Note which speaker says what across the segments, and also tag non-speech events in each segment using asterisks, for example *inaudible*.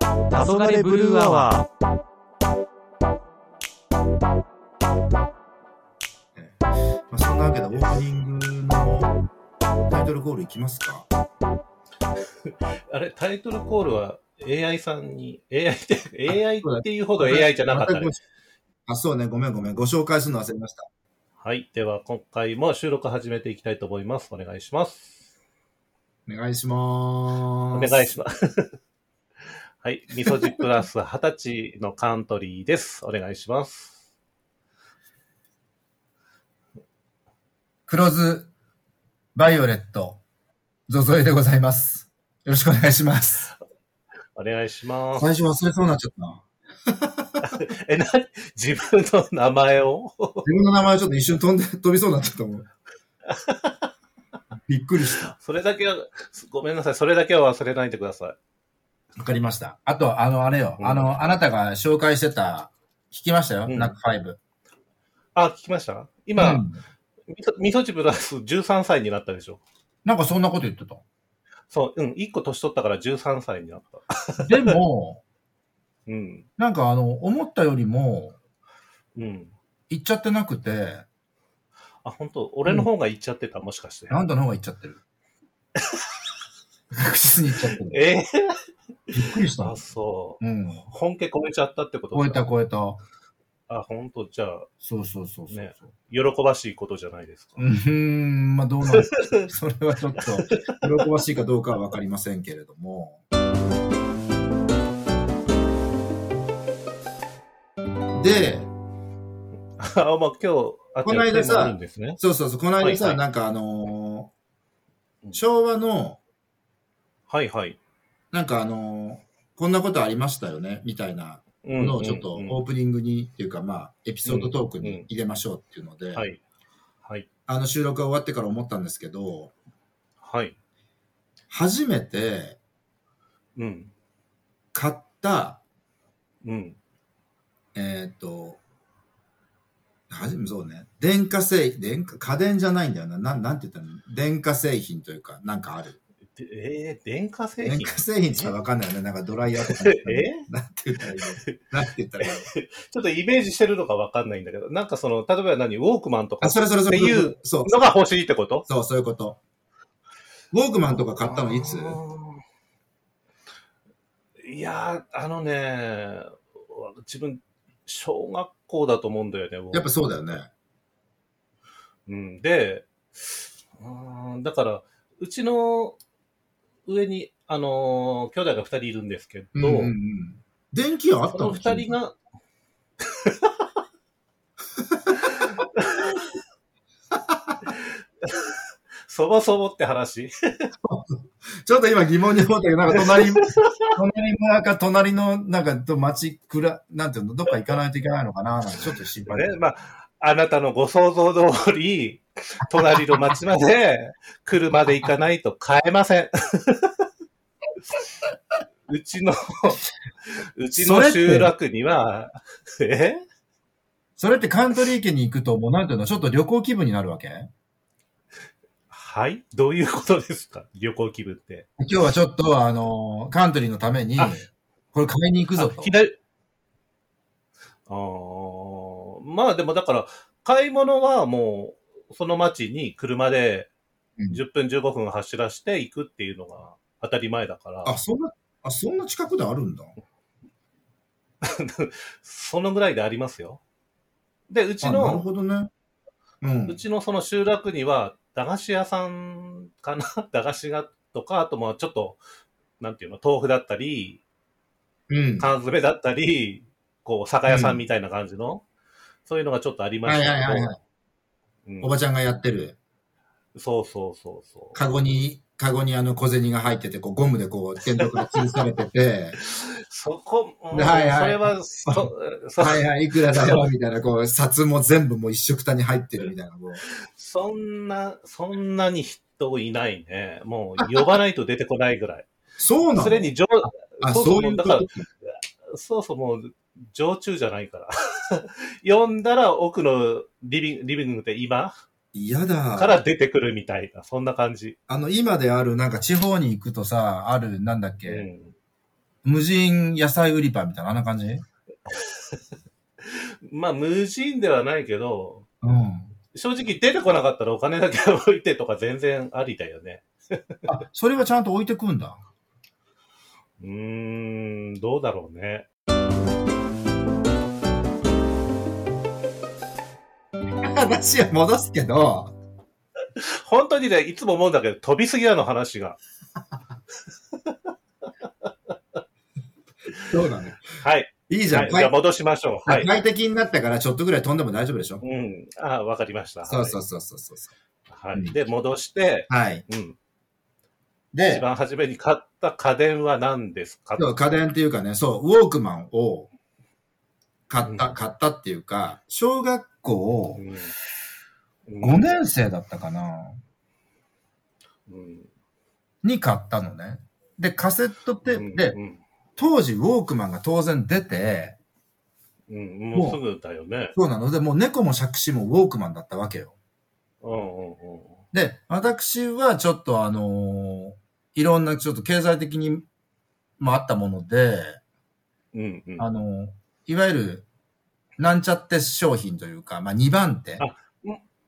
Speaker 1: 黄昏ブルーアワ
Speaker 2: まあ、そんなわけでオープニングのタイトルコールいきますか
Speaker 3: あれ、タイトルコールは AI さんに、AI *laughs* って、AI っていうほど AI じゃなかったね。
Speaker 2: あ、そうね、ごめんごめん。ご紹介するの忘れました。
Speaker 3: はい。では、今回も収録始めていきたいと思います。お願いします。
Speaker 2: お願いしま
Speaker 3: お
Speaker 2: ーす。
Speaker 3: 願いします。 *laughs* はい。みそじプラス20歳のカントリーです。お願いします。
Speaker 4: 黒酢、バイオレット、ゾゾエでございます。よろしくお願いします。
Speaker 3: お願いします。
Speaker 2: 最初忘れそうになっちゃったな。
Speaker 3: え、な、自分の名前を *laughs*
Speaker 2: 自分の名前ちょっと一瞬飛んで、飛びそうになっちゃったもん。びっくりした。
Speaker 3: それだけは、ごめんなさい。それだけは忘れないでください。
Speaker 4: わかりました。あと、あの、あれよ、
Speaker 3: うん
Speaker 4: あの、あなたが紹介してた、聞きましたよ、
Speaker 3: うん
Speaker 4: ナックファイブ。
Speaker 3: あ、聞きました今、
Speaker 4: うん
Speaker 3: みそみそじプラス13歳になったでしょ
Speaker 4: なんかそんなこと言ってた。
Speaker 3: そう、うん。1個年取ったから13歳になった。
Speaker 4: でも、
Speaker 3: うん。
Speaker 4: なんかあの、思ったよりも、
Speaker 3: うん。
Speaker 4: 言っちゃってなくて、
Speaker 3: あ、本当俺の方が言っちゃってた、もしかして。
Speaker 4: あんたの方が言っちゃってる。 *laughs* 確実に言っちゃってる。
Speaker 3: え
Speaker 4: びっくりし
Speaker 3: ー、
Speaker 4: た
Speaker 3: あ、。そう。
Speaker 4: うん。
Speaker 3: 本家超えちゃったってこと
Speaker 4: 超えた
Speaker 3: か
Speaker 4: 超えた。
Speaker 3: あ、本当じゃあ、
Speaker 4: そうそうそうそうそう。
Speaker 3: ね喜ばしいことじゃないですか。
Speaker 4: うーん、まあどうなん *laughs* ですか。それはちょっと。
Speaker 2: 喜ばしいかどうかはわかりませんけれども。で、
Speaker 3: *laughs* あ、まあ今日、あ
Speaker 2: この間さ
Speaker 3: テーマあるんですね。
Speaker 2: そうそうそう、この間さ、
Speaker 3: はいはい
Speaker 2: なんかあの
Speaker 3: う
Speaker 2: ー
Speaker 3: ん
Speaker 2: 昭和の、
Speaker 3: はいはい。
Speaker 2: なんかあのーこんなことありましたよね、みたいな
Speaker 3: う
Speaker 2: のをちょっと
Speaker 3: う
Speaker 2: オ
Speaker 3: ん
Speaker 2: ープニングに、っていうかまあ、エピソードトークに入れましょうっていうので、
Speaker 3: はい。はい。
Speaker 2: あの収録が終わってから思ったんですけど、
Speaker 3: はい。
Speaker 2: 初めて
Speaker 3: うん。
Speaker 2: 買った、
Speaker 3: うん。
Speaker 2: えっ、と、初めそうね、電化製品、電化、家電じゃないんだよな、なんなんて言ったの電化製品というか、なんかある。
Speaker 3: でえー、電化製
Speaker 2: 電
Speaker 3: 品
Speaker 2: 化製品しかわかんないよね、なんかドライヤーとか。
Speaker 3: え
Speaker 2: なんて言ったらいいのなんて言ったらいいの
Speaker 3: ちょっとイメージしてるのかわかんないんだけど、なんかその、例えば何、ウォークマンとか
Speaker 2: あ、それそれそれ。
Speaker 3: っていう
Speaker 2: そう、
Speaker 3: のが欲しいってこと
Speaker 2: そう、そういうこと。ウォークマンとか買ったのいつ
Speaker 3: あーいやー、あのね、自分、小学校だと思うんだよね、
Speaker 2: やっぱそうだよ
Speaker 3: ね。
Speaker 2: ね。
Speaker 3: うん、で、うーんだから、うちの上に、あのー兄弟が二人いるんですけど、
Speaker 2: うんうんうん。電気屋あっ
Speaker 3: そ
Speaker 2: た
Speaker 3: の
Speaker 2: の
Speaker 3: 二
Speaker 2: *laughs*
Speaker 3: 人。が、 *laughs* そもそもって話
Speaker 2: ちょっと今疑問に思ったけど、なんか
Speaker 3: *laughs*
Speaker 2: 隣、
Speaker 4: 隣村か隣の、なんか、と町、くら、なんていうの、どっか行かないといけないのかな、なんてちょっと心配。
Speaker 3: ね、まあ、あなたのご想像
Speaker 4: *laughs*
Speaker 3: 通り、隣の町まで車で行かないと買えません。 *laughs* うちの、うちの集落には、え
Speaker 4: それってカントリー家に行くと、もうなんていうの、ちょっと旅行気分になるわけ
Speaker 3: はいどういうことですか旅行気分って。
Speaker 4: 今日はちょっと、あの、カントリーのために
Speaker 3: あ、
Speaker 4: これ買いに行くぞ
Speaker 3: あ
Speaker 4: と。
Speaker 3: 左あーまあでもだから、買い物はもう、その町に車で
Speaker 4: うん
Speaker 3: 10分15分走らして行くっていうのが当たり前だから。
Speaker 2: あ、そんな、あ、そんな近くであるんだ。
Speaker 3: そのぐらいでありますよ。で、うち
Speaker 2: あ、なる
Speaker 3: の、
Speaker 2: ほどね。う。
Speaker 3: うんちのその集落には、駄菓子屋さんかな *laughs* 駄菓子がとか、あとまあちょっと、なんていうの、豆腐だったり、
Speaker 2: うん。
Speaker 3: 缶詰だったり、こう、酒屋さんみたいな感じの、そういうのがちょっとありま
Speaker 2: は
Speaker 3: し
Speaker 2: い
Speaker 3: たけど
Speaker 2: はいはいはい。
Speaker 3: うん
Speaker 2: おばちゃんがやってる。
Speaker 3: そうそうそうそ
Speaker 2: カゴに、カゴにあの小銭が入ってて、こうゴムでこう、天井から吊るされてて、
Speaker 3: う。そこ、うん
Speaker 2: はいはい
Speaker 3: それは、そ、 *laughs*
Speaker 2: *laughs*
Speaker 3: そ
Speaker 2: はいはい、いくらだよ、みたいな、こう、札も全部もう一色たに入ってるみたいな、こう。
Speaker 3: そんな、そんなに人いないね。もう、呼ばないと出てこないぐらい。
Speaker 2: そうなの
Speaker 3: それに上、
Speaker 2: あ、
Speaker 3: そ
Speaker 2: そ
Speaker 3: うそう
Speaker 2: ういう
Speaker 3: だ
Speaker 2: こ
Speaker 3: から
Speaker 2: と。
Speaker 3: そうそう、もう、常駐じゃないから。 *laughs* 読んだら奥のリビング、リビングで今
Speaker 2: 嫌
Speaker 3: か
Speaker 2: だ。
Speaker 3: ら出てくるみたいな、そんな感じ。
Speaker 2: あの、今である、なん
Speaker 4: なん
Speaker 2: か
Speaker 4: か、地方に行くとさ、ある、なんだっけ、
Speaker 3: うん。
Speaker 4: 無人野菜売り場みたいな、あんな感じ
Speaker 3: まあ、無人ではないけど、
Speaker 4: うん。
Speaker 3: 正直出てこなかったらお金だけ置いてとか全然ありだよね。
Speaker 4: あ、それはちゃんと置いてく
Speaker 2: *laughs*
Speaker 4: んだ。
Speaker 3: うーん、どうだろうね。
Speaker 4: 話は戻すけど、
Speaker 3: 本当にね、いつも思うんだけど、飛びすぎなの話が。
Speaker 2: そうだね。
Speaker 3: はい。
Speaker 2: いいじゃん。
Speaker 3: はい、じゃあ戻しましょう。は
Speaker 2: 快
Speaker 3: い。
Speaker 2: 快適になったからちょっとぐらい飛んでも大丈夫でしょ、
Speaker 3: うん。ああ、わかりました。
Speaker 2: そうそうそうそうそう。
Speaker 3: は
Speaker 2: う
Speaker 3: い。
Speaker 2: ん
Speaker 3: で、戻して、
Speaker 2: はい。
Speaker 3: うん。一
Speaker 2: で、
Speaker 3: 番初めに買った家電は何ですか
Speaker 2: そう家電っていうかね、そう、ウォークマンを買った、
Speaker 3: うん
Speaker 2: 買ったっていうか、小学校
Speaker 3: うん
Speaker 4: 5年生だったかな
Speaker 3: うん
Speaker 4: に買ったのね。で、カセットテ
Speaker 3: う
Speaker 4: ー
Speaker 3: ん
Speaker 4: プで
Speaker 3: う、ん
Speaker 4: 当時ウォークマンが当然出て、
Speaker 3: うん、もうすぐだよね。
Speaker 4: そうなので、もう猫も借子もウォークマンだったわけよ。
Speaker 3: うんうんうん。
Speaker 4: で、私はちょっとあのーいろんなちょっと経済的にもあったもので、
Speaker 3: うんうん。
Speaker 4: あのーいわゆる、なんちゃって商品というか、まあ、2番手。
Speaker 3: あ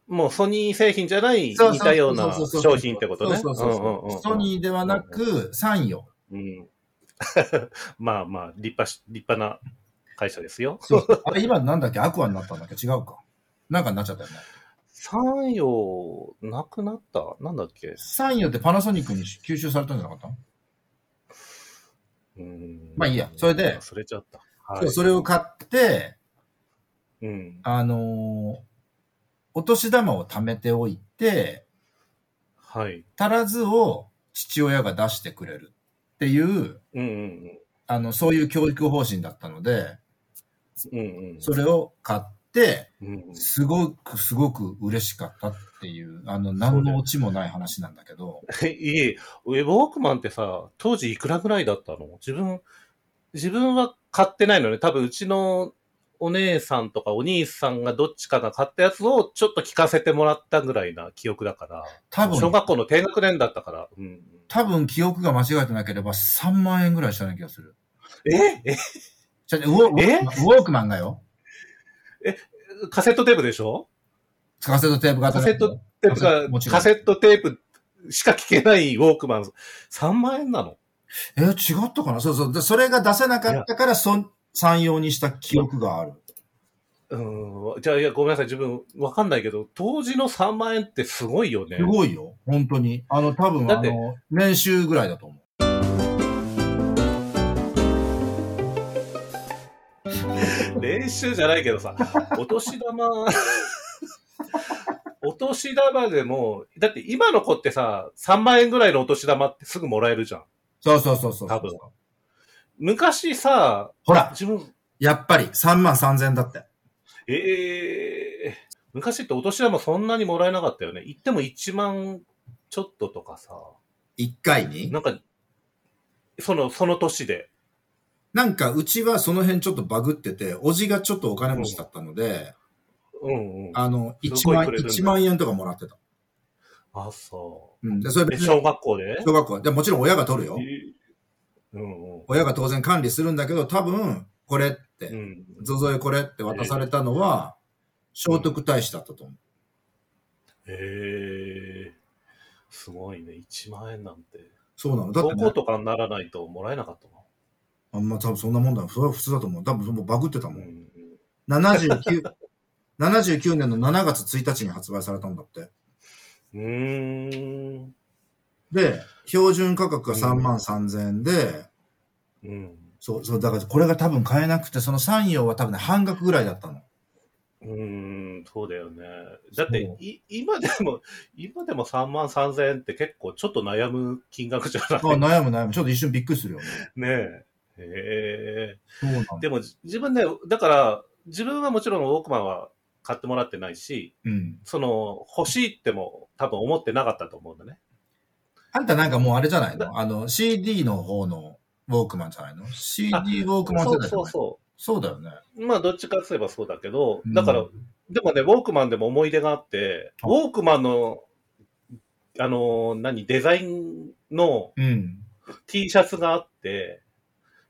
Speaker 3: もうソニー製品じゃない
Speaker 4: そうそう
Speaker 3: 似たような
Speaker 4: そうそうそう
Speaker 3: 商品ってことね。
Speaker 4: そうそうそう
Speaker 3: うんうんうんうん
Speaker 4: ソニーではなく、三洋。
Speaker 3: うん。 *laughs* まあまあ、立派し、立派な会社ですよ。
Speaker 4: そうあれ今なんだっけアクアになったんだっけ違うか。なんかになっちゃったよね。
Speaker 3: 三洋、なくなったなんだっけ
Speaker 4: 三洋ってパナソニックに吸収されたんじゃなかった、
Speaker 3: うん。
Speaker 4: まあいいやそれで
Speaker 3: 忘れちゃった。は
Speaker 4: そうそれを買って、
Speaker 3: うん。
Speaker 4: あのーお年玉を貯めておいて、
Speaker 3: はい。
Speaker 4: 足らずを父親が出してくれるっていう、
Speaker 3: うんうん
Speaker 4: あの、そういう教育方針だったので、
Speaker 3: うん。うんうん。
Speaker 4: それを買って、
Speaker 3: うん
Speaker 4: すごく、すごく嬉しかったっていう、あの、何のオチもない話なんだけど、
Speaker 3: いえ、ウェブウォークマンってさ、当時いくらぐらいだったの自分、自分は買ってないのね。多分うちのお姉さんとかお兄さんがどっちかが買ったやつをちょっと聞かせてもらったぐらいな記憶だから。
Speaker 4: 多
Speaker 3: 小
Speaker 4: 分、
Speaker 3: 学校の低学年だったから。うん、
Speaker 4: 多分記憶が間違えてなければ3万円ぐらいしたような気がする。
Speaker 3: ええ
Speaker 4: じゃあウォウォー
Speaker 3: え
Speaker 4: クマンウォークマンがよ、
Speaker 3: カセットテープでしょ
Speaker 4: カセットテープ型のやつ
Speaker 3: カセットてか
Speaker 4: もちろん
Speaker 3: カセットテープしか聞けないウォークマン。3万円なの
Speaker 4: えー、違ったかなそうそう。でそれが出せなかったから、そん、三用にした記憶がある。
Speaker 3: うん。じゃあ、いや、ごめんなさい。自分、わかんないけど、当時の3万円ってすごいよね。
Speaker 4: すごいよ。本当に。あの、多分、
Speaker 3: だ
Speaker 4: あ
Speaker 3: って
Speaker 4: の、年収ぐらいだと思
Speaker 3: 練習じゃないけどさ、お年玉、 *laughs* お年玉でも、だって今の子ってさ、3万円ぐらいのお年玉ってすぐもらえるじゃん。
Speaker 4: う。そうそうそうそう。
Speaker 3: 多分昔さ、
Speaker 4: ほら、
Speaker 3: 自分、
Speaker 4: やっぱり3万3千だって。
Speaker 3: ええ昔ってお年玉そんなにもらえなかったよね。行っても1万ちょっととかさ、
Speaker 2: 1回に
Speaker 3: なんか、その、その年で。
Speaker 2: なんかうちはその辺ちょっとバグってて、おじがちょっとお金持ちだったので、
Speaker 3: うんうん。あ、
Speaker 2: あの、
Speaker 3: す
Speaker 2: 1
Speaker 3: ごい
Speaker 2: 万、
Speaker 3: くれるんだ
Speaker 2: 1万円とかもらってた。
Speaker 3: そ
Speaker 2: うん。で、それ
Speaker 3: う。で、
Speaker 2: 別に
Speaker 3: 小学校で
Speaker 2: *laughs* 小学校はで、もちろん親が取るよ。
Speaker 3: うんうん。
Speaker 2: 親が当然管理するんだけど、多分、これって、
Speaker 3: うん。
Speaker 2: ゾゾエこれって渡されたのは、聖徳太子だったと思う。
Speaker 3: へえ、すごいね。1万円なんて。
Speaker 2: そうなの。だっ
Speaker 3: 高
Speaker 2: て、
Speaker 3: 校
Speaker 2: ね、
Speaker 3: とかにならないともらえなかったも
Speaker 2: あんま多分そんなもんだよ。それは普通だと思う。多分もうバグってたも。
Speaker 3: ん。うんん、
Speaker 2: *laughs* 79、79年の7月1日に発売されたんだって。
Speaker 3: うーん。
Speaker 2: で、標準価格が3万3000円で、
Speaker 3: うん。
Speaker 4: そう、そう、だからこれが多分買えなくて、その三用は多分ね、半額ぐらいだったの。
Speaker 3: うーん、そうだよね。だって
Speaker 4: そう、
Speaker 3: い、今でも、今でも3万3000円って結構ちょっと悩む金額じゃない
Speaker 4: あ悩む悩む。ちょっと一瞬びっくりするよね。
Speaker 3: ねえ。へ
Speaker 4: そうなん
Speaker 3: え。
Speaker 4: だ。
Speaker 3: でも、じ自分ね、だから、自分はもちろんウォークマンは買ってもらってないし、
Speaker 4: うん。
Speaker 3: その、欲しいっても多分思ってなかったと思うんだね。
Speaker 4: あんたなんかもうあれじゃないのあの、CD の方のウォークマンじゃないの ?CD ウォークマン世
Speaker 3: そ
Speaker 4: 代
Speaker 3: う
Speaker 4: じゃ
Speaker 3: そ
Speaker 4: ないう
Speaker 3: そう。
Speaker 4: そうだよね。
Speaker 3: まあ、どっちかといえばそうだけど、
Speaker 4: うん
Speaker 3: だから、でもね、ウォークマンでも思い出があって、
Speaker 4: あ
Speaker 3: ウォークマンの、あのー、何、デザインの
Speaker 4: うん。
Speaker 3: T シャツがあって、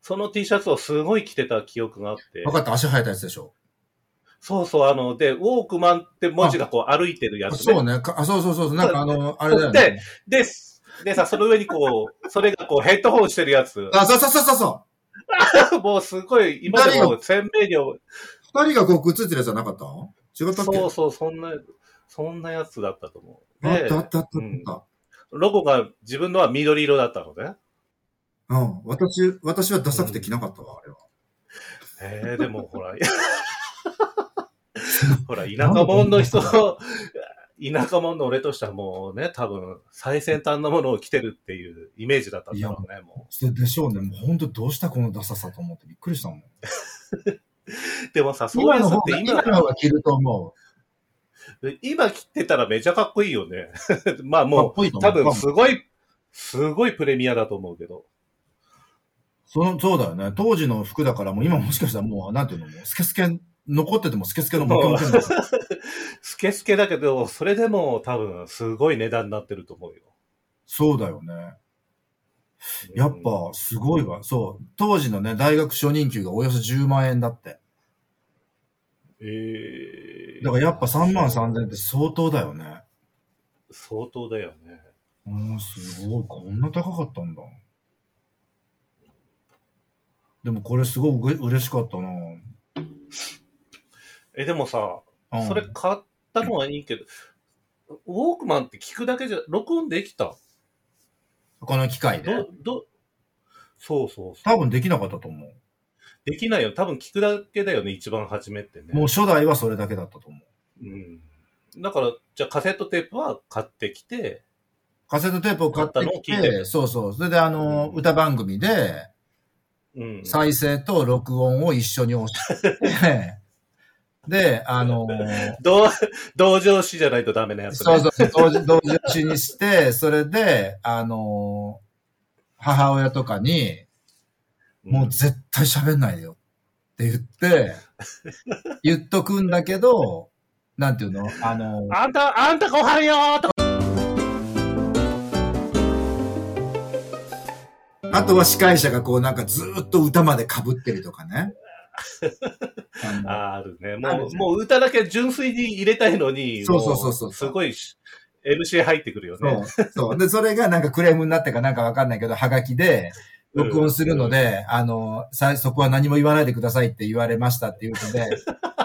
Speaker 3: その T シャツをすごい着てた記憶があって
Speaker 4: 分。かった、足生えたやつでしょ。
Speaker 3: そうそう、あの、で、ウォークマンって文字がこう歩いてるや
Speaker 4: あ
Speaker 3: つね
Speaker 4: そうね。かあ、そうそうそうそう。なんかあの、あれだよ
Speaker 3: そ
Speaker 4: ね。
Speaker 3: で、でさ、その上にこ
Speaker 4: *laughs*
Speaker 3: う、それがこうヘッドホンしてるやつ。
Speaker 4: あ、そうそうそうそうそ
Speaker 3: もうすごい、今でも鮮明に覚え
Speaker 2: 二人がこうくっついてるやつはなかった違ったっけ
Speaker 3: そうそう、そんな、そんなやつだったと思う。
Speaker 2: あっ
Speaker 3: で
Speaker 2: たあ、ったあっ
Speaker 3: うん
Speaker 2: たあっ
Speaker 3: ロゴが自分のは緑色だったのね。
Speaker 2: た。うん。私、私はダサくて着なかったわ、あれは。
Speaker 3: えー、で
Speaker 4: *laughs*
Speaker 3: もほら、ほら、田舎者の人、田舎者の俺としてはもうね、多分、最先端のものを着てるっていうイメージだったんだろうね、も
Speaker 4: う。でしょうね。もう本当どうしたこのダサさと思ってびっくりしたもん。
Speaker 3: う。でもさ、そう
Speaker 4: 今
Speaker 3: いう
Speaker 4: の
Speaker 3: やつっ
Speaker 4: 方
Speaker 3: て
Speaker 4: が、
Speaker 3: 今
Speaker 4: 今、の方が着ると思
Speaker 3: 今着てたらめちゃかっこいいよね。 *laughs* まあ
Speaker 4: う。かっ
Speaker 3: も
Speaker 4: こいいと
Speaker 3: う、
Speaker 4: 思
Speaker 3: 多
Speaker 4: う。
Speaker 3: 分すごい、すごいプレミアだと思うけど。
Speaker 4: その、そうだよね。当時の服だから、もう今もしかしたらもう、なんていうの、もうスケスケ、残っててもスケスケのモケモケの。
Speaker 3: スケスケだけど、それでも多分、すごい値段になってると思うよ。
Speaker 4: そうだよね。やっ
Speaker 3: うん
Speaker 4: ぱ、すごいわ。そう。当時のね、大学初任給がおよそ10万円だって。
Speaker 3: ええ
Speaker 4: だからやっぱ3万3000って相当だよね。
Speaker 3: 相当だよね。
Speaker 4: うん、すごい。こんな高かったんだ。でもこれすごいうれ嬉しかったな、
Speaker 3: え、でもさ、
Speaker 4: うん、
Speaker 3: それ買ったのはいいけど、ウォークマンって聞くだけじゃ、録音できた
Speaker 4: この機械で
Speaker 3: ど、。ど、そうそうそう。
Speaker 4: 多分できなかったと思う。
Speaker 3: できないよ。多分聞くだけだよね、一番初めってね。
Speaker 4: もう初代はそれだけだったと思う。
Speaker 3: うん。だから、じゃあカセットテープは買ってきて、
Speaker 4: カセットテープを買ってき
Speaker 3: 買ったのを聞い
Speaker 4: て、そうそう。それであの、
Speaker 3: うん
Speaker 4: 歌番組で、
Speaker 3: うん。
Speaker 4: 再生と録音を一緒に押
Speaker 3: *laughs*
Speaker 4: して、で、あの、
Speaker 3: 同、同情しじゃないとダメなやつ、ね。
Speaker 4: そうそうそう、同時、同時押しにして、それで、あの、母親とかに、
Speaker 3: ん
Speaker 4: もう絶対喋んないでよって言
Speaker 3: *laughs*
Speaker 4: って、言っとくんだけど、なんていうのあの、
Speaker 3: あんた、あんたご飯よーと
Speaker 2: あとは司会者がこうなんかずーっと歌まで被ってるとか
Speaker 3: *laughs*
Speaker 2: ね。あの
Speaker 3: あるね。
Speaker 2: あ
Speaker 3: も
Speaker 2: る
Speaker 3: う、
Speaker 2: ね
Speaker 3: もう歌だけ純粋に入れたいのに、
Speaker 2: そうそうそうそう
Speaker 3: もすごいし、MC 入ってくるよね。
Speaker 4: そう、そう。で、それがなんかクレームになってかなんかわかんないけど、はがきで、録音するので、あの、さ、そこは何も言わないでくださいって言われましたっていうの
Speaker 3: *laughs*
Speaker 4: で、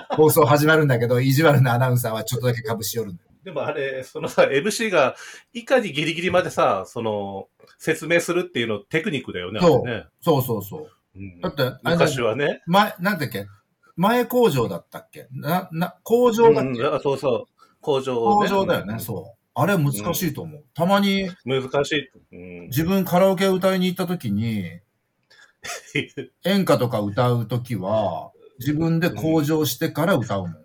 Speaker 4: 放送始まるんだけど、意地悪なアナウンサーはちょっとだけ被しよるんだよ。
Speaker 3: でもあれ、そのさ、MC が、いかにギリギリまでさ、その、説明するっていうのテクニックだよね、
Speaker 4: そう
Speaker 3: あれね。
Speaker 4: そうそうそう。
Speaker 3: うん
Speaker 4: だって、あれだ
Speaker 3: 昔はね。
Speaker 4: 前、なんだっけ前工場だったっけな、な、工
Speaker 3: う
Speaker 4: 場だっけ、
Speaker 3: ん、あそうそう。工場、ね。
Speaker 4: 工場だよね、そう。あれ難しいと思う。たまに
Speaker 3: うん。難しい。うん。
Speaker 4: 自分カラオケ歌いに行った時に、演歌とか歌う時は、自分で工場してから歌うもん。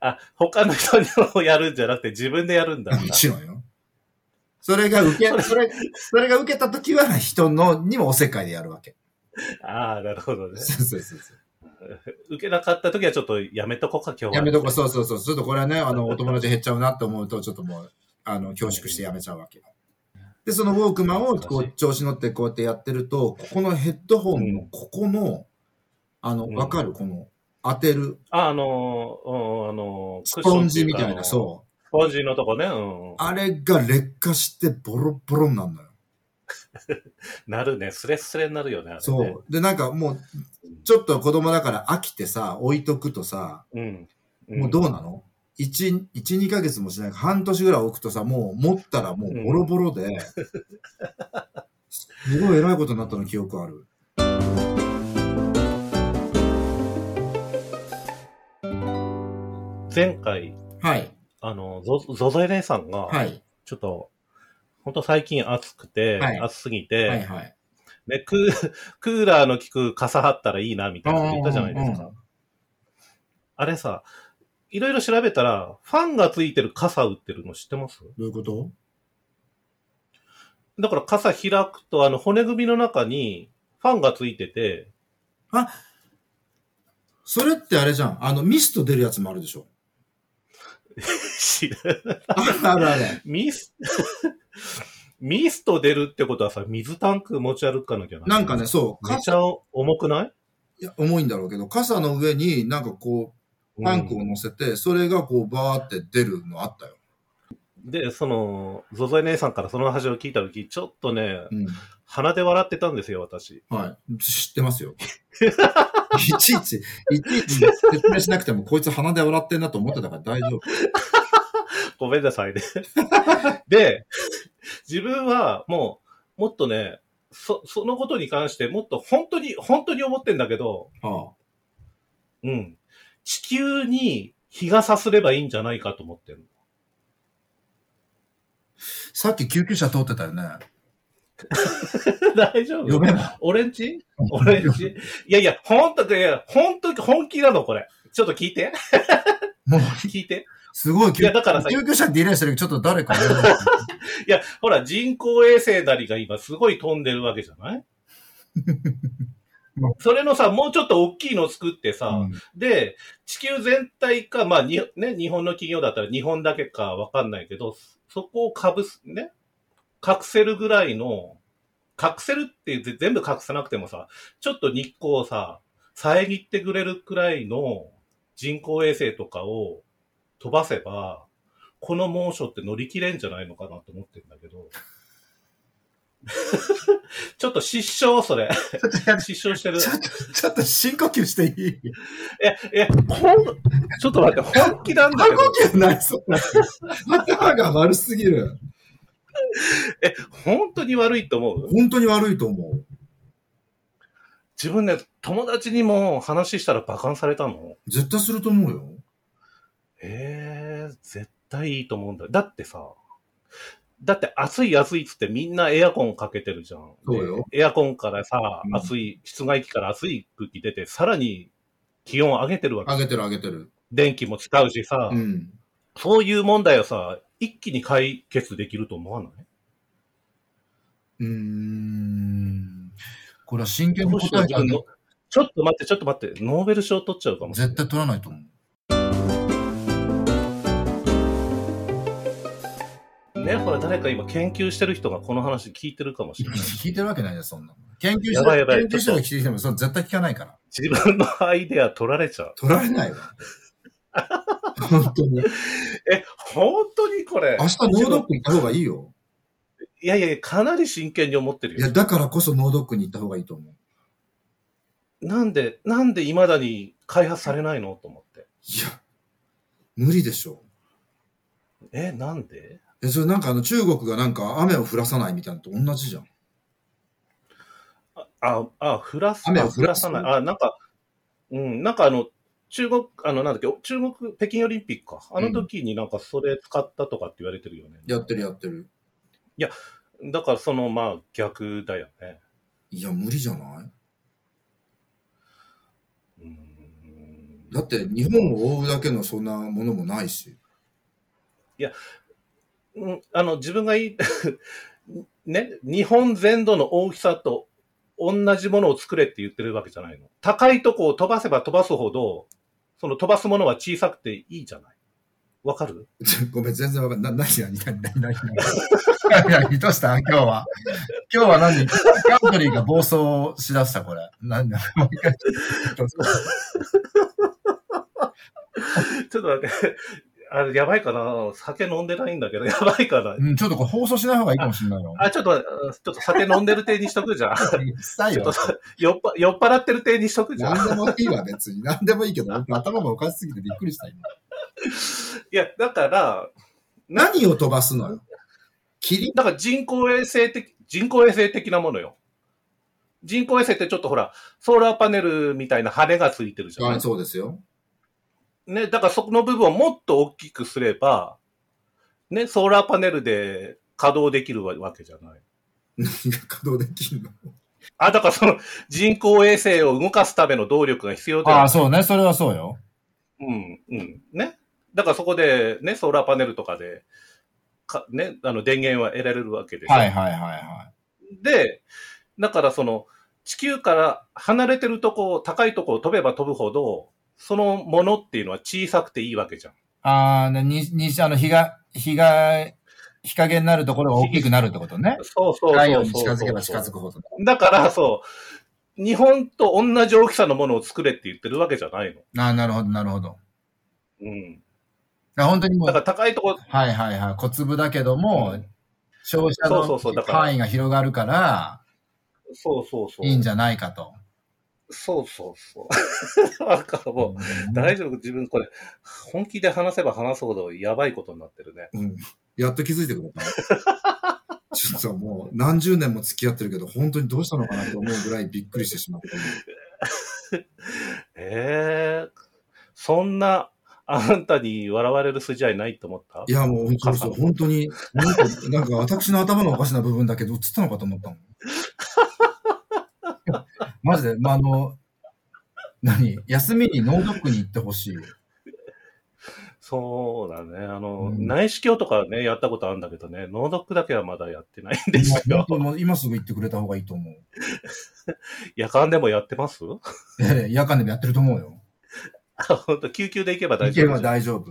Speaker 3: あ、他の人にもやるんじゃなくて自分でや
Speaker 2: *laughs*
Speaker 3: るんだ。
Speaker 2: もちろんよ。それが受け、それ、それが受けた時は人の、にもおせっかいでやるわけ。
Speaker 3: ああ、なるほどね。
Speaker 2: *laughs* そうそうそうそう。
Speaker 3: 受けなかった時はちょっとやめとこうか、今日は。
Speaker 2: やめとこう、そうそうそう。ちょっとこれはね、あの、お友達減っちゃうなって思うと、ちょっともう、あの、恐縮してやめちゃうわけよ。で、そのウォークマンを、こう、調子乗ってこうやってやってると、ここのヘッドホンの、ここの、あの、
Speaker 3: うん
Speaker 2: わかるこの、当てる、
Speaker 3: あ、あのーうん、あのー、
Speaker 2: スポンジみたいな、
Speaker 3: う。
Speaker 2: そう。
Speaker 3: スポンジのとこね、うん。
Speaker 2: あれが劣化してボロボロになるのよ。
Speaker 3: なるね、スレスレになるよね、あれね
Speaker 2: そう。で、なんかもう、ちょっと子供だから飽きてさ、置いとくとさ、
Speaker 3: う。うん。
Speaker 2: もうどうなの ?1、一2ヶ月もしない半年ぐらい置くとさ、もう持ったらもうボロボロで、すごい偉いことになったの記憶ある。
Speaker 3: 前回、
Speaker 2: はい。
Speaker 3: あの、ゾゾゾエレイさんが、
Speaker 2: はい。
Speaker 3: ちょっと、ほんと最近暑くて、
Speaker 2: はい
Speaker 3: 暑すぎ
Speaker 2: は
Speaker 3: て、
Speaker 2: いはい。
Speaker 3: ね、クー、 *laughs* クーラーの効く傘張ったらいいな、みたいなこと言ったじゃないで
Speaker 2: う
Speaker 3: す
Speaker 2: ん
Speaker 3: か。あれさ、いろいろ調べたら、ファンがついてる傘売ってるの知ってます
Speaker 2: どういうこと
Speaker 3: だから傘開くと、あの、骨組みの中にファンがついてて、
Speaker 2: それってあれじゃん。あの、ミスト出るやつもあるでしょ。 *laughs*
Speaker 3: 知ら
Speaker 2: あるあるある。
Speaker 3: ミス、 *laughs* ミスト出るってことはさ、水タンク持ち歩かなきゃな
Speaker 4: なんかね、、そう、
Speaker 3: めち
Speaker 4: 傘、
Speaker 3: ゃ重くない
Speaker 4: いや重いんだろうけど、傘の上になんかこう、タンクを乗せて、それがこう、バーって出るのあったよ。
Speaker 3: で、その、ゾゾエ姉さんからその話を聞いたとき、ちょっとね、
Speaker 4: うん。
Speaker 3: 鼻で笑ってたんですよ、私。
Speaker 4: はい。知ってます *laughs* よ。いちいち、いちいち説明しなくても、こいつ鼻で笑ってんなと思ってたから大丈夫。
Speaker 3: ごめんな
Speaker 4: *laughs*
Speaker 3: さいね。で、自分はもう、もっとね、そ、そのことに関してもっと本当に、本当に思ってんだけど、
Speaker 4: は
Speaker 3: うん。地球に日がさすればいいんじゃないかと思ってる。
Speaker 4: あ、さっき救急車通ってたよね。
Speaker 3: *laughs* 大丈
Speaker 4: 呼
Speaker 3: 夫
Speaker 4: べば。
Speaker 3: 俺んち俺んちいやいや、ほんと、いや、本当本気なの、これ。ちょっと聞いて。
Speaker 4: もう、
Speaker 3: *laughs* 聞いて。
Speaker 4: すごい救
Speaker 3: いやだからさ
Speaker 4: 救急車ディレイしてるけど、ちょっと誰かね。
Speaker 3: いや、ほら、人工衛星なりが今すごい飛んでるわけじゃないそれのさ、もうちょっと大きいの作ってさ、
Speaker 4: うん
Speaker 3: で、地球全体か、まあに、ね、日本の企業だったら日本だけかわかんないけど、そこをかぶす、ね、隠せるぐらいの、隠せるってぜ全部隠さなくてもさ、ちょっと日光をさ、遮ってくれるくらいの人工衛星とかを飛ばせば、この猛暑って乗り切れんじゃないのかなと思ってるんだけど。ちょっと失笑、それ。失笑してる。
Speaker 4: ちょっと、ちょっと深呼吸していい
Speaker 3: え、え、ほん、ちょっと待って、本気なんだ
Speaker 4: *laughs*
Speaker 3: け
Speaker 4: 深呼
Speaker 3: ど、
Speaker 4: 吸ないそう。頭が悪すぎる。
Speaker 3: え、本当に悪いと思う
Speaker 4: 本当に悪いと思う。
Speaker 3: 自分ね、友達にも話したら馬鹿にされたの
Speaker 4: 絶対すると思うよ。
Speaker 3: えー、絶対いいと思うんだよ。だってさ、だって暑い暑いっつってみんなエアコンかけてるじゃん。
Speaker 4: そうよ
Speaker 3: でエアコンからさ
Speaker 4: う、ん
Speaker 3: 暑い、室外機から暑い空気出て、さらに気温上げてるわけ。
Speaker 4: 上げてる上げてる。
Speaker 3: 電気も使うしさ、
Speaker 4: うん。
Speaker 3: そういう問題をさ、一気に解決できると思わないう
Speaker 4: ーん。
Speaker 5: これは真剣に
Speaker 3: も
Speaker 5: 答
Speaker 3: しか
Speaker 5: え
Speaker 3: したた
Speaker 5: ら
Speaker 3: らのちょっと待って、ちょっと待って、ノーベル賞取っちゃうかもしれな
Speaker 4: 絶。
Speaker 3: い
Speaker 4: 対取らないと思
Speaker 3: *laughs*
Speaker 4: う。
Speaker 3: ね、ほら、誰か今研究してる人がこの話聞いてるかもしれない。 *laughs*
Speaker 4: 聞いてるわけないじゃん、そんなの。研究
Speaker 3: やばいやばい
Speaker 4: 研究者が聞いてきても、それ絶対聞かないから。
Speaker 3: 自分のアイデア取られちゃう。
Speaker 4: 取られ
Speaker 3: *laughs*
Speaker 4: ないわ。本当に。
Speaker 3: え、本当にこれ。
Speaker 4: 明日ノードックに行った方がいいよ。
Speaker 3: いやいや、かなり真剣に思ってる
Speaker 4: いや、
Speaker 3: よ。
Speaker 4: だからこそノードックに行った方がいいと思う。
Speaker 3: なんで、なんで未だに開発されないのと思って。
Speaker 4: いや、無理でしょ
Speaker 3: え、なんで
Speaker 4: え、それなんかあの中国がなんか雨を降らさないみたいなのと同じじゃん。
Speaker 3: ああ、あ、降らす、
Speaker 4: 雨を
Speaker 3: あ
Speaker 4: 降らす
Speaker 3: ない。あ、なんか、うん、なんかあの、中国、あの、なんだっけ、中国、北京オリンピックか。あの時になんかそれ使ったとかって言われてるよね。
Speaker 4: やってるやってる。
Speaker 3: だからその、まあ、逆だよね。
Speaker 4: いや、無理じゃない
Speaker 3: うん
Speaker 4: だって日本を覆うだけのそんなものもないし。
Speaker 3: うん、あの、自分がい *laughs* い、ね、日本全土の大きさと同じものを作れって言ってるわけじゃないの。高いとこを飛ばせば飛ばすほど、その飛ばすものは小さくていいじゃない。わかる
Speaker 5: *laughs*
Speaker 4: ごめん、全然わかんない。な、何何何何何
Speaker 5: 何 *laughs* どうした今日は。今日は何カントリーが暴走しだした、これ。何だもう一回ちょっと
Speaker 3: ちょっと待って、 *laughs* あれやばいかな酒飲んでないんだけど、やばいかな
Speaker 5: *laughs* うんちょっとこれ放送しない方がいいかもしれないよ。
Speaker 3: あ、 *laughs* ちょっと待って、ちょっと酒飲んでる体にしとくじゃん。 *laughs*
Speaker 5: うるさい
Speaker 3: ちょっ
Speaker 5: よ
Speaker 3: と。酔っぱ酔っ払ってる体にしとくじゃん。
Speaker 4: 何でもいいわ、別に。何でもいいけど、本当頭がおかしすぎてびっくりした、今。
Speaker 3: いや、だから、
Speaker 4: 何を飛ばすのよ。霧
Speaker 3: だから人工衛星的、人工衛星的なものよ。人工衛星ってちょっとほら、ソーラーパネルみたいな羽がついてるじゃ
Speaker 4: はい、
Speaker 3: ん。
Speaker 4: そうですよ。
Speaker 3: ね、だからそこの部分をもっと大きくすれば、ね、ソーラーパネルで稼働できるわけじゃない。
Speaker 4: 何が稼働できるの
Speaker 3: あ、だからその人工衛星を動かすための動力が必要だよ。
Speaker 5: ああ、そうね。それはそうよ。
Speaker 3: うん、うん。ね。だからそこで、ね、ソーラーパネルとかで、か、ね、あの電源は得られるわけでしょ
Speaker 5: はいはいはいは
Speaker 3: で、だからその、地球から離れてるとこ、高いとこを飛べば飛ぶほど、そのものっていうのは小さくていいわけじゃん。
Speaker 5: い。ああ、ね、に、に、あの、日が、日が、
Speaker 4: 日陰になるところが大きくなるってことね。
Speaker 3: そうそうそうそう。
Speaker 2: 太陽に近づけば近づくほど。
Speaker 3: だから、そう、日本と同じ大きさのものを作れって言ってるわけじゃないの。
Speaker 4: ああ、なるほど、なるほど。
Speaker 3: うん。
Speaker 4: あ本当にもう
Speaker 3: だから高いとこ、
Speaker 4: はいはいはい。小粒だけども、
Speaker 3: うん
Speaker 4: 消費者
Speaker 3: そうそうそう
Speaker 4: の
Speaker 3: だから
Speaker 4: 範囲が広がるから、
Speaker 3: そうそうそう。
Speaker 4: いいんじゃないかと。
Speaker 3: そうそうそう。 *laughs* なんかもう、大丈夫自分これ、本気で話せば話すほどやばいことになってるね。
Speaker 2: うん。やっと気づいてくれた。 *laughs* ちょっともう何十年も付き合ってるけど、本当にどうしたのかなと思うぐらいびっくりしてしまった。
Speaker 3: ええそんな、あんたに笑われる筋合いないと思った
Speaker 2: いや、もう本当に、本当に、なんか、なんか私の頭のおかしな部分だけど、映ったのかと思ったもん。 *laughs*
Speaker 4: マジで、まあ、あの、何休みにノードックに行ってほしい。
Speaker 3: そうだね。あの、
Speaker 4: うん
Speaker 3: 内視鏡とかね、やったことあるんだけどね、脳ドックだけはまだやってないんです
Speaker 4: もう
Speaker 3: よ
Speaker 4: 本。当もう今すぐ行ってくれた方がいいと思う。
Speaker 3: 夜間でもやってます *laughs*
Speaker 4: ええ、夜間でもやってると思うよ。
Speaker 3: あ本当救急で行けば大
Speaker 4: 行け
Speaker 3: 丈
Speaker 4: ば
Speaker 3: 夫。
Speaker 4: 大丈
Speaker 2: ち
Speaker 4: 夫。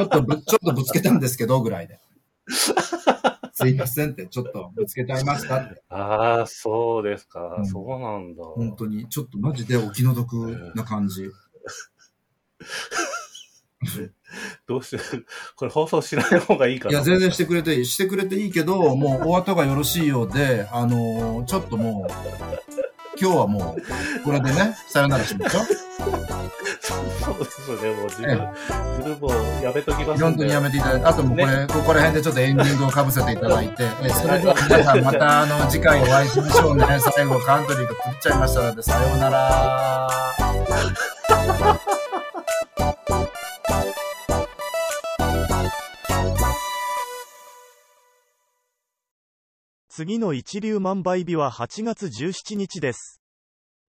Speaker 2: ょっとぶ、ちょっとぶつけたんですけど、ぐらいで。すいませんって、ちょっとぶつけちゃいましたって。
Speaker 3: ああ、そうですか。
Speaker 4: うん
Speaker 3: そうなんだ。
Speaker 2: 本当に、ちょっとマジでお気の毒な感じ。
Speaker 3: どうして、 *laughs* これ放送しない方がいいか
Speaker 2: い
Speaker 3: な。
Speaker 2: や、全然してくれていい。してくれていいけど、も
Speaker 4: もう、お後がよろしいようで、あのーちょっともう、今日はもう、これでね、さよならしましょう。
Speaker 3: そうですね。もう自
Speaker 4: え
Speaker 3: 分、自分もうやめときます
Speaker 4: 本
Speaker 3: ん
Speaker 4: 当
Speaker 3: で。
Speaker 4: にやめていただいて、あともうこれ、ここら辺でちょっとエンディングをかぶせていただいて、えそれでは皆さんまたあの次回お会いしましょうね。最後カントリーが食っちゃいましたので、さようなら。
Speaker 1: 次の一粒万倍日は8月17日です。